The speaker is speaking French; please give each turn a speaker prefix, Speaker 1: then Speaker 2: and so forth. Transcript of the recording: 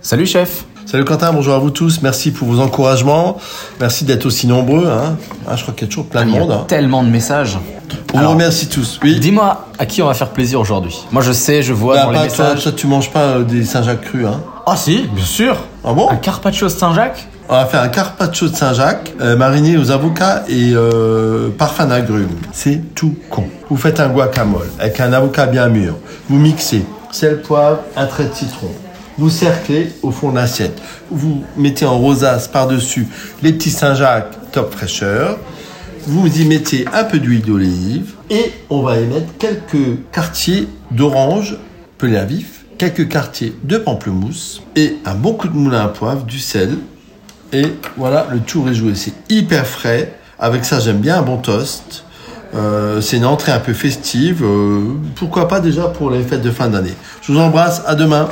Speaker 1: Salut chef
Speaker 2: Salut Quentin, bonjour à vous tous. Merci pour vos encouragements. Merci d'être aussi nombreux. Hein. Ah, je crois qu'il y a toujours plein de
Speaker 1: Il y
Speaker 2: monde.
Speaker 1: a
Speaker 2: hein.
Speaker 1: tellement de messages.
Speaker 2: On
Speaker 1: Alors,
Speaker 2: vous remercie tous. Oui.
Speaker 1: Dis-moi à qui on va faire plaisir aujourd'hui. Moi je sais, je vois
Speaker 2: Bah,
Speaker 1: dans les
Speaker 2: pas toi,
Speaker 1: messages.
Speaker 2: toi, tu manges pas euh, des Saint-Jacques crus. Hein.
Speaker 1: Ah si, bien sûr.
Speaker 2: Ah bon
Speaker 1: Un carpaccio de Saint-Jacques
Speaker 2: On va faire un carpaccio de Saint-Jacques, euh, mariné aux avocats et euh, parfum d'agrumes. C'est tout con. Vous faites un guacamole avec un avocat bien mûr. Vous mixez sel, poivre, un trait de citron. Vous cerclez au fond de l'assiette. Vous mettez en rosace par-dessus les petits Saint-Jacques top fraîcheur. Vous y mettez un peu d'huile d'olive et on va y mettre quelques quartiers d'orange pelé à vif, quelques quartiers de pamplemousse et un bon coup de moulin à poivre, du sel et voilà, le tour est joué. C'est hyper frais. Avec ça, j'aime bien un bon toast. Euh, c'est une entrée un peu festive. Euh, pourquoi pas déjà pour les fêtes de fin d'année. Je vous embrasse. À demain.